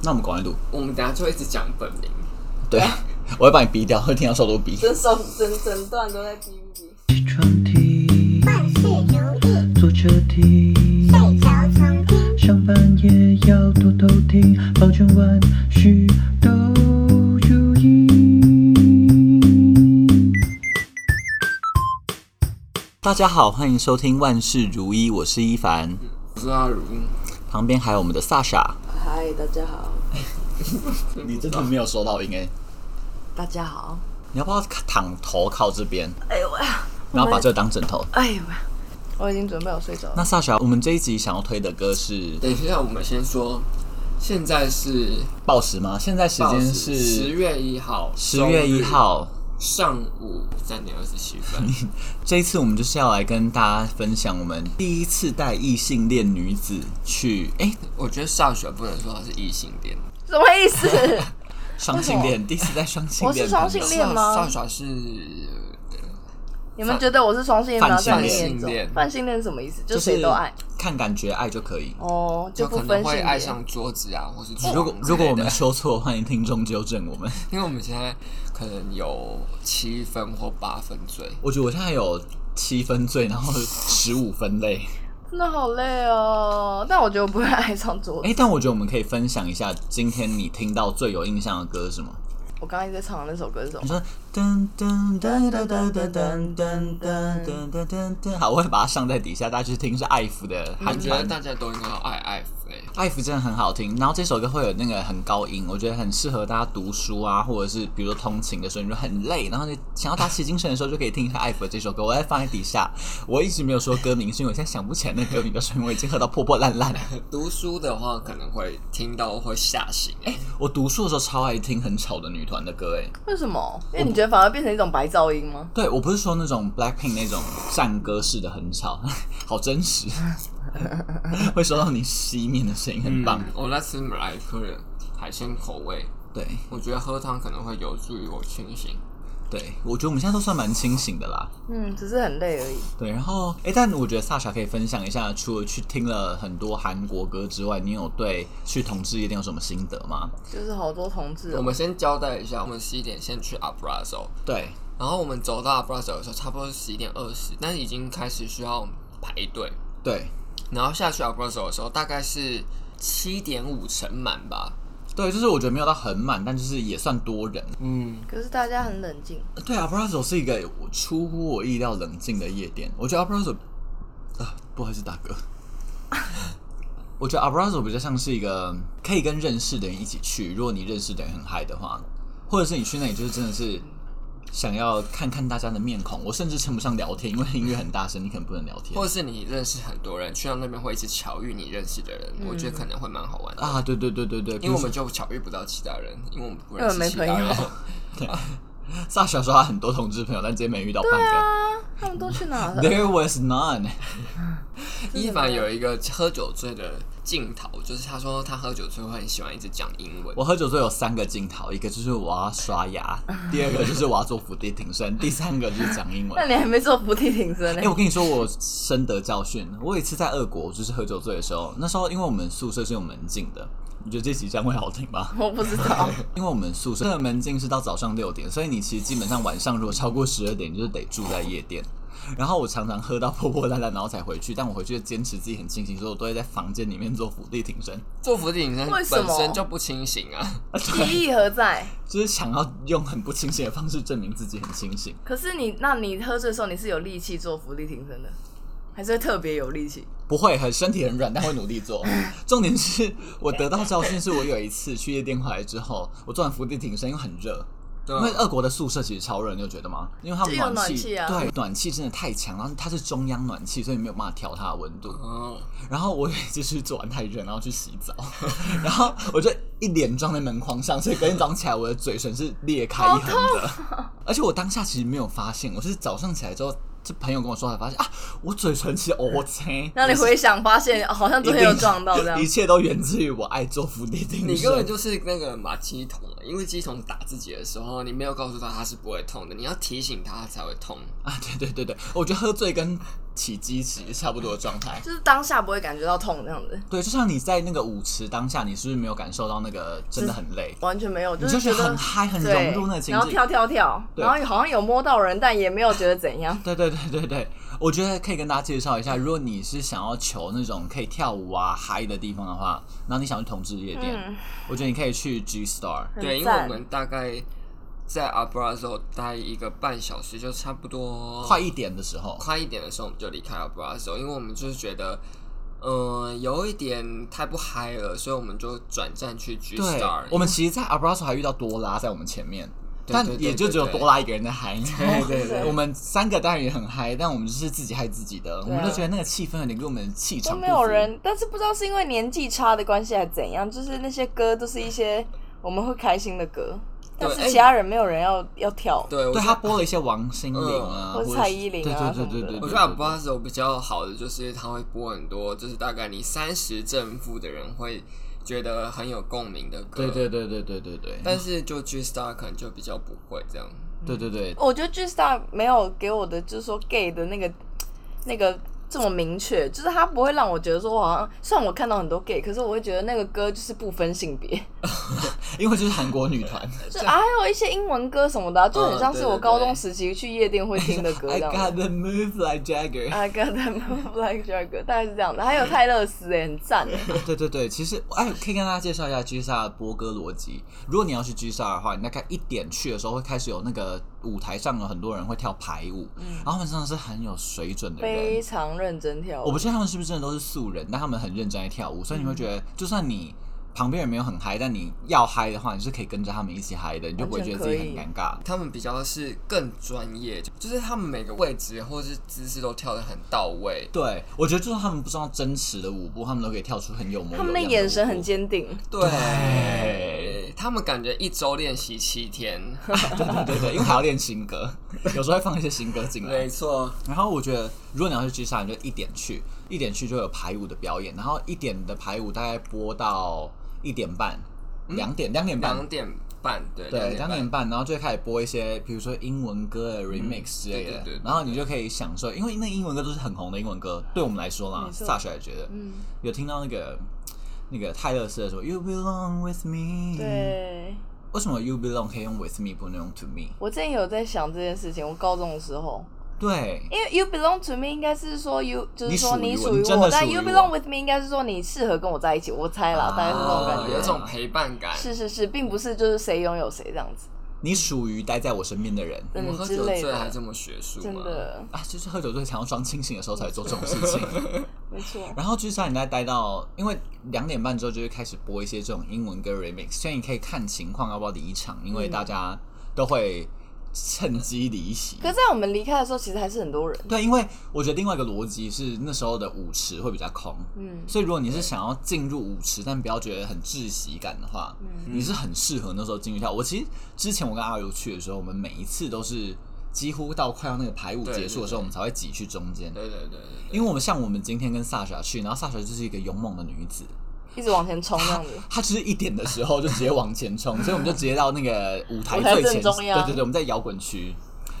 那我们赶快录。我们等下就一直讲本名，对， 我会把你逼掉，会听到瘦都逼。整首整整段都在哔哔。起床题，坐车题，上班也要多偷听，保证万事都如意。大家好，欢迎收听万事如意，我是一凡，我是阿如，旁边还有我们的萨莎。嗨，大家好，你真的没有收到音欸哎，大家好。你要不要躺头靠这边，哎呦喂，然后把这个当枕头？哎呦喂，我已经准备好睡着了。那萨莎，我们这一集想要推的歌是等一下我们先说，现在是暴食吗？现在时间十是月一号，十月一号。上午三点二十 七分，这一次我们就是要来跟大家分享我们第一次带异性恋女子去哎、我觉得上学不能说他是异性恋，什么意思？双性恋，第一次带双性我恋是朋友，双性恋吗上上学是你们觉得我是双性恋吗？泛性在恋你眼中，泛性恋是什么意思？就就是谁都爱。看感觉爱就可以。哦，就不可能分性会别。爱上桌子啊，或是床如果之类如果我的们说错，欢迎听众纠正我们。因为我们现在可能有七分或八分醉，我觉得我现在有七分醉，然后十五分累。真的好累哦。但我觉得我不会爱上桌哎、子。但我觉得我们可以分享一下今天你听到最有印象的歌是什么？我刚刚一直在唱的那首歌是什你么？说噔噔噔噔噔噔噔噔噔噔噔噔，好，我会把它上在底下，大家去听是爱抚的我韩觉得版。大家都应该要爱爱飞。爱抚真的很好听，然后这首歌会有那个很高音，我觉得很适合大家读书啊，或者是比如说通勤的时候，你就很累，然后你想要打起精神的时候，就可以听一下爱抚的这首歌。我再放在底下，我一直没有说歌名，是因为我现在想不起来那歌名叫什么，我已经喝到破破烂烂。读书的话，可能会听到会吓醒、欸。我读书的时候超爱听很吵的女团的歌，哎，为什么？因为你觉得反而变成一种白噪音吗？对我不是说那种 Blackpink 那种战歌式的很吵，好真实，会收到你吸面的声音，嗯很棒。我那次买了一颗海鲜口味，对我觉得喝汤可能会有助于我清醒。对，我觉得我们现在都算蛮清醒的啦。嗯，只是很累而已。对，然后哎、诶但我觉得萨莎可以分享一下，除了去听了很多韩国歌之外，你有对去同志夜店有什么心得吗？就是好多同志哦、我们先交代一下，我们十一点先去 Abrazo，对，然后我们走到 Abrazo 的时候，差不多是十一点二十，但是已经开始需要排队。对，然后下去 Abrazo 的时候，大概是七点五成满吧。对，就是我觉得没有到很满，但就是也算多人。嗯，可是大家很冷静。对啊 b r a z o 是一个出乎我意料冷静的夜店。我觉得 b r a z o 啊，不好意思，大哥。 我觉得 b r a z o 比较像是一个可以跟认识的人一起去，如果你认识的人很嗨的话，或者是你去那里就是真的是想要看看大家的面孔。我甚至称不上聊天，因为音乐很大声，你可能不能聊天或。者是你认识很多人，去到那边会一直巧遇你认识的人，我觉嗯得可能会蛮好玩的。啊，对对对对对，因为我们就巧遇不到其他人，因为我们不认因为识我其呃没他朋友人。萨小说他很多同志朋友，但直接没遇到半个。啊，他们都去哪了？ There was none。伊凡有一个喝酒醉的镜头，就是他说他喝酒醉会很喜欢一直讲英文我。喝酒醉有三个镜头，一个就是我要刷牙，第二个就是我要做伏地挺身，第三个就是讲英文那。你还没做伏地挺身呢、哎、我跟你说，我深得教训。我有一次在俄国，就是喝酒醉的时候，那时候因为我们宿舍是有门禁的，你觉得这集这样会好听 吗？我不知道，因为我们宿舍的门禁是到早上六点，所以你其实基本上晚上如果超过十二点，你就是得住在夜店。然后我常常喝到破破烂烂，然后才回去。但我回去就坚持自己很清醒，所以我都会在房间里面做伏地挺身， 做伏地挺身为什本么身就不清醒啊，意义何在？就是想要用很不清醒的方式证明自己很清醒。可是你，那你喝醉的时候，你是有力气做伏地挺身的，还是会特别有力气？不会，很身体很软，但会努力做。重点是我得到教训，是我有一次去夜店回来之后，我做完伏地挺身，因为很热。对因啊为俄国的宿舍其实超热，你有觉得吗？因为他们就嗯有暖暖气啊对暖气真的太强，然后它是中央暖气，所以没有办法调它的温度。嗯哦，然后我也就是做完太热，然后去洗澡， 然后我就一脸撞在门框上，所以隔天早上起来我的嘴唇是裂开一横的，啊而且我当下其实没有发现，我是早上起来之后，这朋友跟我说才发现啊，我嘴唇其实 O C，然后你回想发现，哦好像昨天有撞到这 样一。切都源自于我爱做伏地挺身。你根本就是那个马鸡桶啊，因为鸡桶打自己的时候，你没有告诉他他是不会痛的，你要提醒他才会痛。啊，对对对对，我觉得喝醉跟起鸡皮差不多的状态。就是当下不会感觉到痛这样子，对，就像你在那个舞池当下，你是不是没有感受到那个真的很累？完全没有，你是就觉觉得得很嗨很对融入那个情然后境跳跳跳，对然后好像有摸到人，但也没有觉得怎样。对对对对对，我觉得可以跟大家介绍一下，如果你是想要求那种可以跳舞啊嗨的地方的话，然后你想去同志夜店， 嗯，我觉得你可以去 G Star。很对，因为赞我们大概在 Abrazo 待一个半小时，就差不多快一点的时候，快一点的时候，我们就离开 Abrazo，因为我们就是觉得。嗯，有一点太不嗨了，所以我们就转战去 G 对 Star。，嗯我们其实，在 Abrazo 还遇到多拉在我们前面，对但对对也就对只有对多拉一个人在嗨。对对对 我们三个当然也很嗨，但我们就是自己嗨自己的，我们就觉得那个气氛有点跟我们的气啊都场没不有符人，但是不知道是因为年纪差的关系还怎样，就是那些歌都是一些我们会开心的歌，但对是哎其他人没有人要要跳。对，我对觉他得播了一些王心凌啊，嗯或者或是蔡依林啊对对对对什么的对对。我觉得 Abrazo 比较好的就是他会播很多，就是大概你三十正负的人会觉得很有共鸣的歌。对对对对对对对，但是就 G Star 可能就比较不会这样。对对对我觉得 G Star 没有给我的就是说 gay 的那个那个这么明确，就是他不会让我觉得说我好像，虽然我看到很多 gay，可是我会觉得那个歌就是不分性别，因为就是韩国女团就啊还有一些英文歌什么的啊、就嗯很像是我高中对对对时期去夜店会听的歌这 ，I 样 got 子。 the move like Jagger。 I got them like Jagger，大概是这样的。还有泰勒斯哎、很赞哎、 对对对，其实哎，可以跟大家介绍一下 G Star 的播歌逻辑。如果你要去 G Star 的话，你大概一点去的时候会开始有那个舞台上有很多人会跳排舞，然后他们真的是很有水准的人嗯非，常认真跳舞。我不确定他们是不是真的都是素人，但他们很认真在跳舞，所以你嗯会觉得，就算你旁边人没有很嗨，但你要嗨的话，你是可以跟着他们一起嗨的，你就不会觉得自己很尴尬。他们比较是更专业，就是他们每个位置或是姿势都跳得很到位。对，我觉得就算他们不知道真实的舞步，他们都可以跳出很有模有他样们的的舞步眼神很。坚定，对，他们感觉一周练习七天， 对对对对，因为还要练新歌， 有时候会放一些新歌进嗯来。错，然后我觉得，如果你要去剧场，你就一点去，一点去就有排舞的表演，然后一点的排舞大概播到一点半、两点、两点半两点半，对，对，两两点半，半，然后就会开始播一些，比如说英文歌的 remix 之类的，对对对对然后你就可以享受，因为那英文歌都是很红的英文歌，对我们来说啦，没错大学来觉得，嗯，有听到那个那个泰勒斯的时候，You belong with me，，对。为什么 You belong 可以用 with me 不能用 to me？我之前有在想这件事情，我高中的时候，对，因为 you belong to me 应该是说 you 就是说你你属于我属于你真的但属于 you 我 belong with me 应该是说你适合跟我在一起，我猜啦，啊大概是这种哦感对觉。有一种陪伴感。是是是，并不是就是谁拥有谁这样子，你属于待在我身边的人我们嗯喝之酒类醉还这的，么学术真吗？的啊，就是喝酒醉想要装清醒的时候才做这种事情。没错。然后就是你在待到，因为两点半之后就会开始播一些这种英文歌 remix，所以你可以看情况要不要离场，因为大家都会趁机离席。可是在我们离开的时候，其实还是很多人，对，因为我觉得另外一个逻辑是那时候的舞池会比较空，嗯，所以如果你是想要进入舞池，但不要觉得很窒息感的话，嗯你是很适合那时候进去跳。我其实之前我跟阿尤去的时候，我们每一次都是几乎到快要那个排舞对结束的时候，对对我们才会挤去中间。对对对对对，因为我们像我们今天跟萨莎去，然后萨莎就是一个勇猛的女子，一直往前冲 这样子。他就是一点的时候就直接往前冲，所以我们就直接到那个舞台舞台最前，正中央对对对，我们在摇滚区，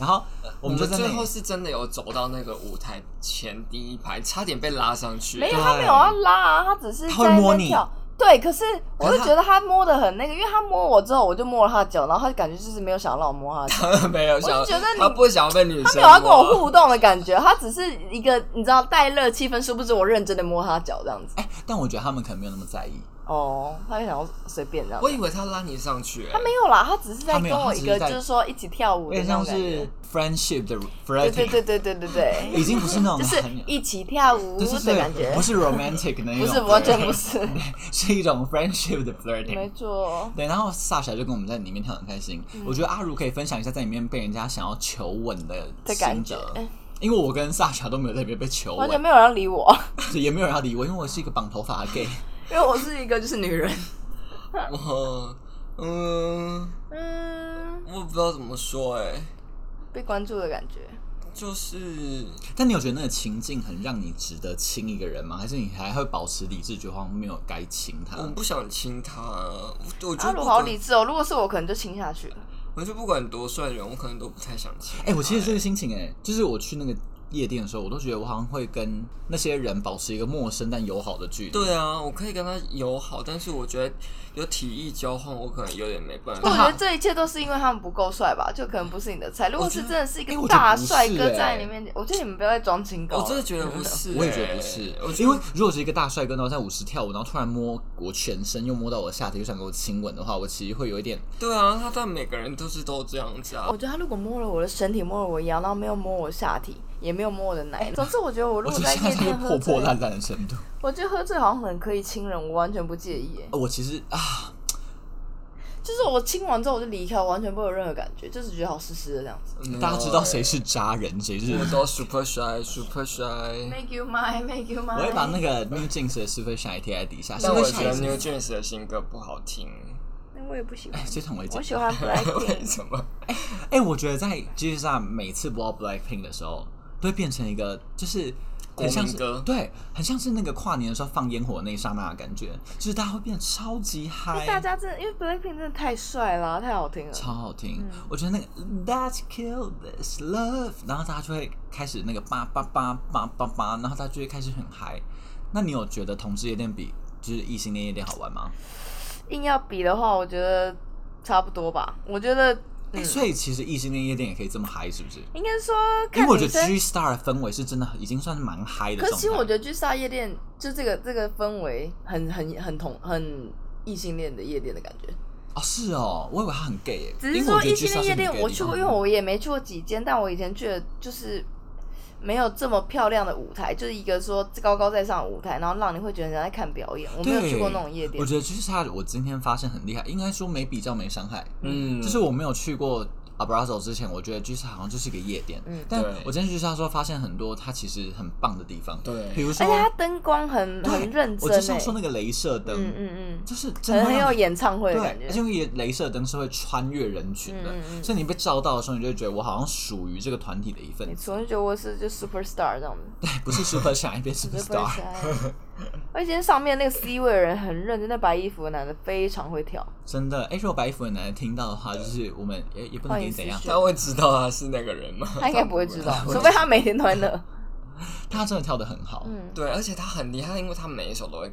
然后我我们们就在那最后里，是真的有走到那个舞台前第一排，差点被拉上去。没有，他没有要拉啊，他只是他在会那摸边你跳。对，可是我可就是他觉得他摸的很那个，因为他摸我之后，我就摸了他的脚，然后他就感觉就是没有想要让我摸他的 脚。没有想，我就觉得你他不想要被女生，他没有要跟我互动的感觉，他只是一个你知道带热气氛，殊不知我认真的摸他脚这样子。哎，但我觉得他们可能没有那么在意，哦，他就想要随便这样我。以为他拉你上去、他没有啦，他只是在他没跟有我一他只个是在就是说一起跳舞有的点那像种感觉是。friendship 的 f r i 对 e t i 对 n 对对对对对，已经不是那种就是很一起跳舞对对的感觉对，不，是 romantic 的那不种，是完全不是，是一种 friendship 的没 flirting。错。嗯对，然后萨莎就跟我们在里面跳得很开心。我觉得阿如可以分享一下在里面被人家想要求吻的的心感觉得，因为我跟萨莎都没有在里面被求完全吻，没有人要理我， 也没有人要理我，因为我是一个绑头发的 gay。因为我是一个就是女人。欸我嗯，嗯，我不知道怎么说哎、被关注的感觉。就是但你有觉得那个情境很让你值得亲一个人吗？还是你还会保持理智，觉得好像没有该亲他？我不想亲他，我我觉阿得不鲁好管理智哦，如果是我，可能就亲下去了。我就不管多帅的人，我可能都不太想亲。嗯哎、我其实这个心情哎、就是我去那个夜店的时候，我都觉得我好像会跟那些人保持一个陌生但友好的距离。对啊，我可以跟他友好，但是我觉得有体意交换，我可能有点没办我法。觉得这一切都是因为他们不够帅吧，就可能不是你的菜。如果是真的是一因为个我觉得大不是帅哥欸在里面，我觉得你们不要再装清高了。我真的觉得不是、我也觉得不是欸我，觉因为得如果是一个大帅哥，然后在舞池跳舞，然后突然摸我全身，又摸到我的下体，又想给我亲吻的话，我其实会有一点对啊，他但每个人都是都这样子啊我。觉得他如果摸了我的身体，摸了我腰，然后没有摸我下体，也没有摸我的奶，总之我觉得我如我果觉在得像夜是店喝破醉，破烂烂的程度。我觉得喝醉好像很可以亲人，我完全不介意耶。欸我其实啊，就是我亲完之后我就离开，我完全不会有任何感觉，就是觉得好湿湿的这样子。没有大家知道谁欸是渣人，谁是我都 super shy，super shy。 Make you mine, make you mine。我会把那个 New Jeans 的 Super Shy 贴在底下。但我 Super 觉得 Shy 是 New Jeans 的新歌不好听，那我也不喜欢哎，，这场 我也讲我。喜欢 为 Blackpink。什么？哎、我觉得在 G 上每次播到 Blackpink 的时候，都会变成一个就是很像是国民歌对，很像是那个跨年的时候放烟火那一刹那的感觉，就是大家会变得超级因嗨为，大家真的，因为 Blackpink 真的太帅啦，太好听了。超好听。嗯我觉得那个 Let's kill this love，然后大家就会开始那个叭叭叭叭叭叭，然后大家就会开始很嗨。那你有觉得同志夜店比就是异性恋夜店好玩吗？硬要比的话，我觉得差不多吧。我觉得，哎、嗯，所以其实异性恋夜店也可以这么嗨，是不是？应该说因看为我觉女得生 G Star 的氛围是真的已经算是蛮嗨的可状态。是其实我觉得去沙夜店，就这个这个氛围很很很同很异性恋的夜店的感觉。哦，是哦，我以为他很 gay 耶。只因是为我觉得说异性 G-Star 恋是夜很 gay 的店地我去过，方因为我也没去过几间，但我以前去的就是没有这么漂亮的舞台，就是一个说高高在上的舞台，然后让你会觉得人家在看表演。我没有对去过那种夜店我，觉得 G Star 我今天发现很厉害，应该说没比较没伤害。嗯，就是我没有去过 Abrazo 之前，我觉得 G Star 好像就是一个夜店。嗯但对我今天去 G Star 的时候发现很多它其实很棒的地方，对比如说而且它灯光很很认我真就诶、像说那个镭射灯，嗯嗯嗯，就是真的很很会让有你演唱会的感对，觉而。且因为镭射灯是会穿越人群的，嗯嗯嗯所以你被照到的时候，你就会觉得我好像属于这个团体的一没份子，错，我就觉得我是就 super star 这样子。 不是 super shy 变 super star。而且上面那个 C 位的人很认真，那白衣服的男的非常会跳。真的，哎，如果白衣服的男的听到的话，就是我们也也不能欢给迎你怎私样，讯他会知道他是那个人吗？他应该不会知 道，除非他每天都在那。他真的跳得很好，嗯，对，而且他很厉害，因为他每一首都会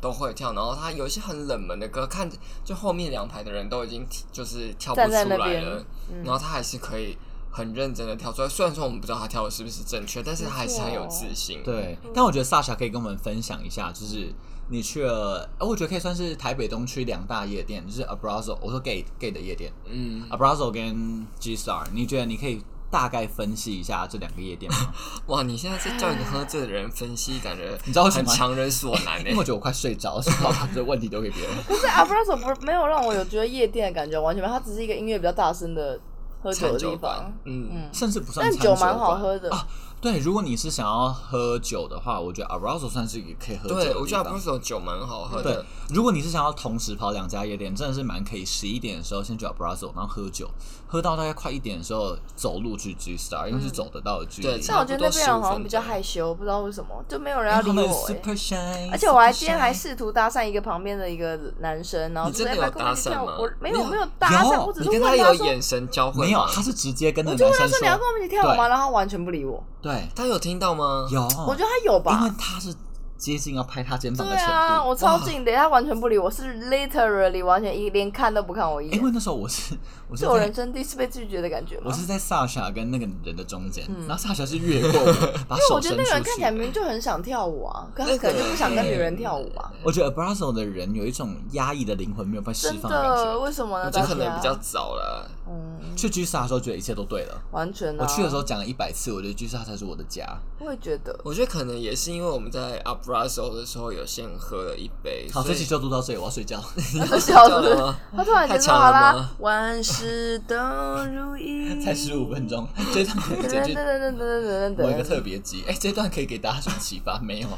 都会跳，然后他有一些很冷门的歌，看就后面两排的人都已经就是跳不站出在来那边了，嗯然后他还是可以很认真的跳出来。虽然说我们不知道他跳的是不是正确，但是他还是很有自信。，对。嗯但我觉得萨莎可以跟我们分享一下，就是你去了，呃我觉得可以算是台北东区两大夜店，就是 Abrazo，我说 gay gay 的夜店嗯， ，Abrazo 跟 G Star，你觉得你可以大概分析一下这两个夜店 吗？哇，你现在在叫一个喝醉的人分析，感觉你知道为什很么吗强人所难因欸为我呢。觉得我快睡着，所以我把这个问题丢给别人。啊不是 Abrazo 不是没有让我有觉得夜店的感觉，完全没有，它只是一个音乐比较大声的 喝酒的地方馆。，嗯，嗯，甚至不算但餐酒蛮馆好喝的，啊。对，如果你是想要喝酒的话，我觉得 Abrazo 算是一个可以喝酒的地对，方。我觉得 Bruce 的酒蛮好喝对的。，如果你是想要同时跑两家夜店，真的是蛮可以。十一点的时候先去 Abrazo，然后喝酒，喝到大概快一点的时候走路去 G Star，因为是嗯走得到的距离。对但我觉得那边人好像比较差不多15分钟害羞，不知道为什么就没有人要然后理他们我、欸。 Super Shine，而且我还 Super 今天还 Shine 试图搭讪一个旁边的一个男生，然后你就真说：“哎，的快有跟我搭一起跳讪舞。吗我”没你有有没有搭讪，有我只你是跟问他有说，眼神交汇吗，没有，啊他是直接跟那我个就男问他生说：“你要跟我们一起跳舞吗？”然后他完全不理我。对， 他有听到吗？有，我觉得他有哦因为吧。他是接近要拍他肩膀对的程度。啊，我超近的，他完全不理我，是 literally 完全一连看都不看我一因眼为，那时候我是我是是我在人生第一次被拒绝的感觉吗？我是在 Sasha 跟那个人的中间，嗯然后 Sasha 是越过 我，把因为手我觉伸出去。得那个人看起来明明就很想跳舞 啊，可他可能就不想跟女人跳舞啊吧？我觉得 Abrazo 的人有一种压抑的灵魂没有被释真放的感的，觉。为什么呢？ 我觉大得可能家比较早了。嗯，去 G 莎的时候觉得一切都对了，完全啊。我去的时候，讲了一百次，我觉得 G 莎才是我的家。我也觉得， 我觉得可能也是因为我们在 Abrazo 的时候有先喝了一杯，好，所这以 期就录到这里，我要睡觉。笑叫死了！吗？他突然太间说长好了啦吗，万事都如意。才十五分钟，这段可以噔解噔噔决噔噔噔某一个噔特噔。别集。哎、这段可以给大家什么启发？没有。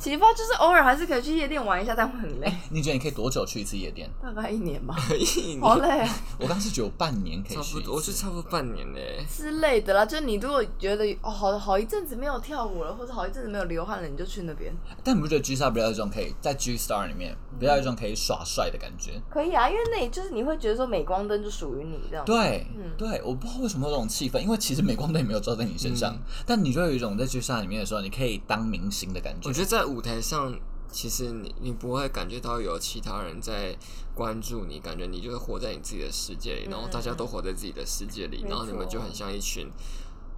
启发就是偶尔还是可以去夜店玩一下，但我很累， 你觉得你可以多久去一次夜店？大概一年吧，一年 好累啊。我刚是觉得我半年可以差不多，我是差不多半年欸嘞。之类的啦。就你如果觉得哦，好好一阵子没有跳舞了，或者好一阵子没有流汗了，你就去那边。但你不觉得 G Star 比较有一种可以在 G Star 里面比较有一种可以耍帅的感觉？可以啊，因为那里就是你会觉得说镁光灯就属于你这样。对，嗯对，我不知道为什么会有这种气氛，因为其实镁光灯也没有照在你身嗯上，但你就有一种在 G Star 里面的时候，你可以当明星的感觉。我觉得在舞台上，其实你你不会感觉到有其他人在关注你，感觉你就是活在你自己的世界里，然后大家都活在自己的世界里，嗯没然后你们错就很像一群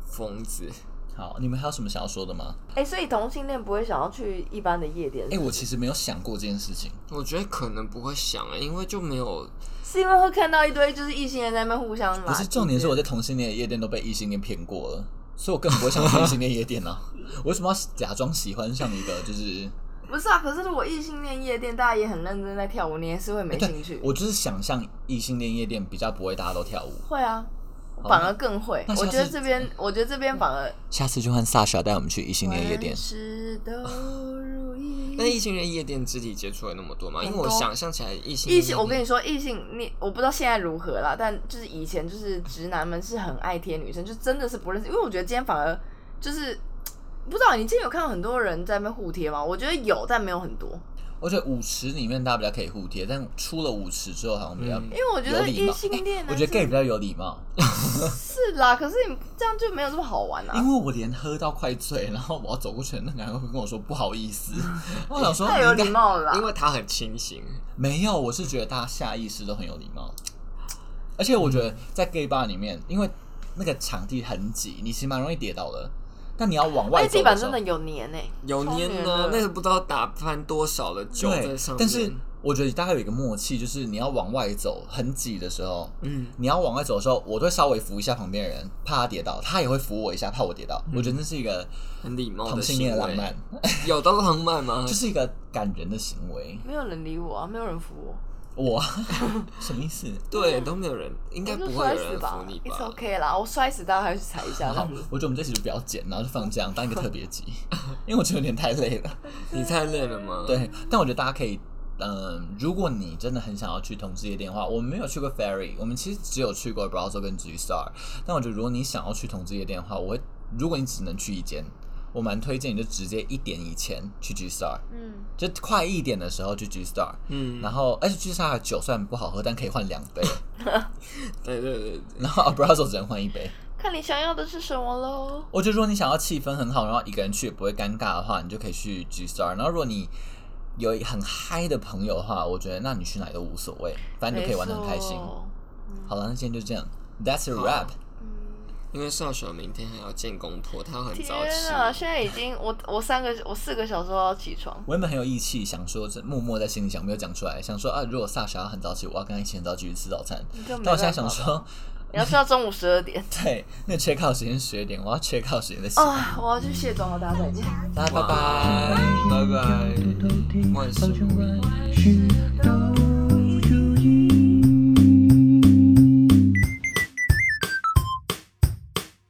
疯子。好，你们还有什么想要说的吗？嗯哎、所以同性恋不会想要去一般的夜店，哎、我其实没有想过这件事情。我觉得可能不会想、欸，因为就没有是因为会看到一堆就是异性恋在那边互相拉。不是重点是我在同性恋的夜店都被异性恋骗过了，所以我更不会想去异性恋夜店了、 我为什么要假装喜欢上一个就是？不是啊，可是如果异性恋夜店大家也很认真在跳舞，你也是会没兴趣。哎我就是想象异性恋夜店比较不会大家都跳舞。会啊，我好反而更会。那下我次觉得这边，我觉得这边反而。下次就换萨莎带我们去异性恋夜万店。事都如意那异性恋夜店肢体接触有那么多嘛？因为很我多想象起来异性异恋性，我跟你说，异性你我不知道现在如何啦，但就是以前就是直男们是很爱贴女生，就真的是不认识，因为我觉得今天反而就是不知道你今天有看到很多人在那边互贴吗？我觉得有，但没有很多，我觉得舞池里面大家比较可以互贴，但出了舞池之后好像比较嗯因为我觉有得礼异貌。性恋、欸男我觉得 gay 生比较有礼貌，是啦，可是你这样就没有这么好玩啊因。为我连喝到快醉，然后我要走过去，那男人会跟我说不好意 思。我想说，太有你应礼该貌了因啦！为他很清醒，没有，我是觉得大家下意识都很有礼貌，而且我觉得在 gay bar 里面，因为那个场地很挤，你其实蛮容易跌倒的。但你要往外那走哎地板时真候的有粘呢、欸有粘呢，超黏的那个不知道打翻多少的酒在对上面。，但是我觉得大家有一个默契，就是你要往外走，很挤的时候，嗯，你要往外走的时候，我都会稍微扶一下旁边的人，怕他跌倒，他也会扶我一下，怕我跌倒。嗯我觉得那是一个很礼哦貌同的性行为恋，的浪漫，有到浪漫吗？就是一个感人的行为。没有人理我啊，没有人扶我，我 什么意思？对，都没有人，应该我不就会有摔死人扶吧你，It's 吧？ OK 啦，我摔死大家还去踩一 下，好这样子，我觉得我们这期就不要剪，然后就放这样当一个特别集，因为我觉得有点太累了。你太累了吗？，对，但我觉得大家可以，嗯、如果你真的很想要去同志夜店的话，我们没有去过 Ferry，我们其实只有去过 Browser 跟 G Star。但我觉得如果你想要去同志夜店的话，我会，如果你只能去一间，我蛮推荐你就直接一点以前去 G Star，嗯，就快一点的时候去 G Star。嗯，然后，而且 G Star 的酒虽然不好喝，但可以换两杯，哎对对对对，然后 Abrazo 只能换一杯。看你想要的是什么喽。我觉得如果你想要气氛很好，然后一个人去也不会尴尬的话，你就可以去 G Star。然后如果你有很嗨的朋友的话，我觉得那你去哪里都无所谓，反正你就可以玩的很开心。没错好了，那今天就这样，That's a 好 wrap。嗯因为少小明天还要见公婆，他很早天啊！起。现在已经我我三个我四个小时都要起床，我原本很有义气，想说这默默在心里想，没有讲出来，想说啊，如果萨莎很早起，我要跟她一起很早起去吃早餐。你就没但我现在办想法说，了你要睡到中午十二点对，那 check out 时间十点，我要 check out 时间再起。 啊！我要去卸妆了，大家再见。大家拜拜。拜拜，偷偷听，万事抱如拳意。万事。